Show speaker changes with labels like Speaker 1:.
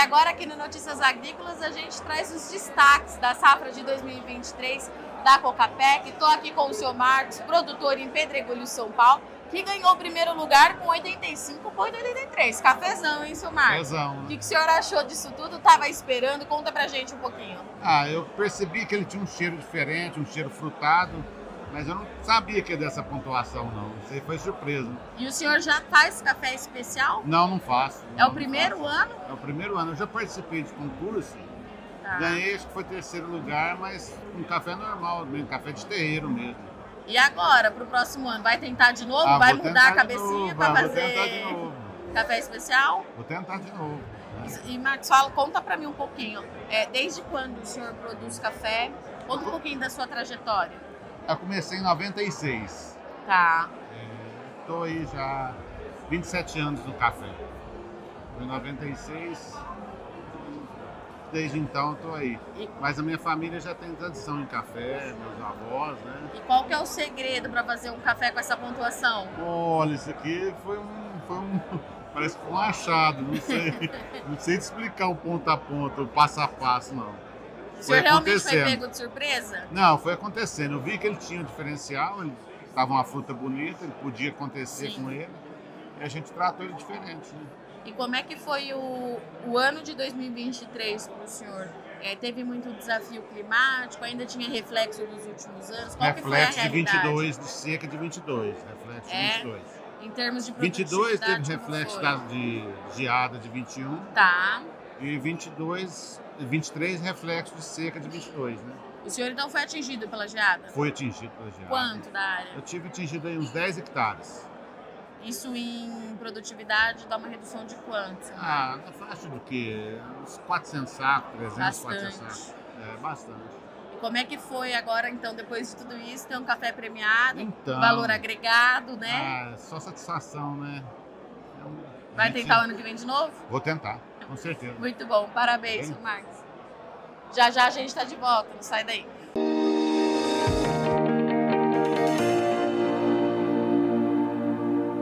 Speaker 1: agora aqui no Notícias Agrícolas a gente traz os destaques da safra de 2023 da Cocapec. Estou aqui com o seu Marcos, produtor em Pedregulho, São Paulo, que ganhou o primeiro lugar com 85,83. Cafezão, hein, seu Marcos?
Speaker 2: Pezão,
Speaker 1: O
Speaker 2: né?
Speaker 1: que, que o senhor achou disso tudo? Tava esperando? Conta pra gente um pouquinho.
Speaker 2: Ah, eu percebi que ele tinha um cheiro diferente, um cheiro frutado, mas eu não sabia que é dessa pontuação, não. Isso aí foi surpresa.
Speaker 1: E o senhor já faz café especial?
Speaker 2: Não, não faço.
Speaker 1: É
Speaker 2: Não,
Speaker 1: o primeiro ano?
Speaker 2: É o primeiro ano. Eu já participei de concurso,
Speaker 1: Tá.
Speaker 2: ganhei, acho que foi terceiro lugar, mas um café normal, mesmo, café de terreiro mesmo.
Speaker 1: E agora, pro próximo ano, vai tentar de novo?
Speaker 2: Ah,
Speaker 1: vai
Speaker 2: vou
Speaker 1: mudar a
Speaker 2: tentar de
Speaker 1: cabecinha
Speaker 2: novo,
Speaker 1: pra
Speaker 2: ah, Vou tentar de
Speaker 1: fazer
Speaker 2: novo.
Speaker 1: café especial?
Speaker 2: Vou tentar de novo.
Speaker 1: E, Marcos, fala, conta pra mim um pouquinho. É, desde quando o senhor produz café? Conta um pouquinho da sua trajetória.
Speaker 2: Eu comecei em 96.
Speaker 1: Tá.
Speaker 2: Estou aí já 27 anos no café. Foi em 96. Desde então estou aí.
Speaker 1: E-
Speaker 2: Mas a minha família já tem tradição em café, meus avós, né?
Speaker 1: E qual que é o segredo pra fazer um café com essa pontuação?
Speaker 2: Olha, isso aqui foi um. Foi um parece que foi um achado, não sei. não sei te explicar o ponto a ponto, o passo a passo, não.
Speaker 1: O senhor realmente foi
Speaker 2: acontecendo.
Speaker 1: pego de surpresa?
Speaker 2: Não, foi acontecendo. Eu vi que ele tinha um diferencial, ele estava uma fruta bonita, ele podia acontecer
Speaker 1: Sim.
Speaker 2: com ele. E a gente tratou ele diferente, né?
Speaker 1: E como é que foi o, o ano de 2023 para o senhor? É, teve muito desafio climático, ainda tinha reflexo dos últimos anos? Qual que foi a
Speaker 2: Reflexo de
Speaker 1: realidade?
Speaker 2: 22, de cerca de 22. Reflexo
Speaker 1: É.
Speaker 2: de 22.
Speaker 1: Em termos de
Speaker 2: 22
Speaker 1: produtividade,
Speaker 2: teve
Speaker 1: como
Speaker 2: reflexo
Speaker 1: foi?
Speaker 2: da, de geada de 21
Speaker 1: Tá.
Speaker 2: e 22, 23 reflexo de cerca de 22, né?
Speaker 1: O senhor então foi atingido pela geada?
Speaker 2: Foi atingido pela geada.
Speaker 1: Quanto da área?
Speaker 2: Eu tive atingido aí uns 10 hectares.
Speaker 1: Isso em produtividade dá uma redução de quanto? senhor?
Speaker 2: Ah, na faixa do que? Uns 400 sacos, 300, 400 sacos.
Speaker 1: Bastante.
Speaker 2: É, bastante.
Speaker 1: E como é que foi agora, então, depois de tudo isso, ter um café premiado,
Speaker 2: Então...
Speaker 1: valor agregado, né?
Speaker 2: Ah, só satisfação, né? Então, a
Speaker 1: Vai
Speaker 2: gente-
Speaker 1: tentar o ano que vem de novo?
Speaker 2: Vou tentar, com certeza.
Speaker 1: Muito bom, parabéns,
Speaker 2: Bem?
Speaker 1: seu Max. Já já a gente está de tá volta, não sai daí.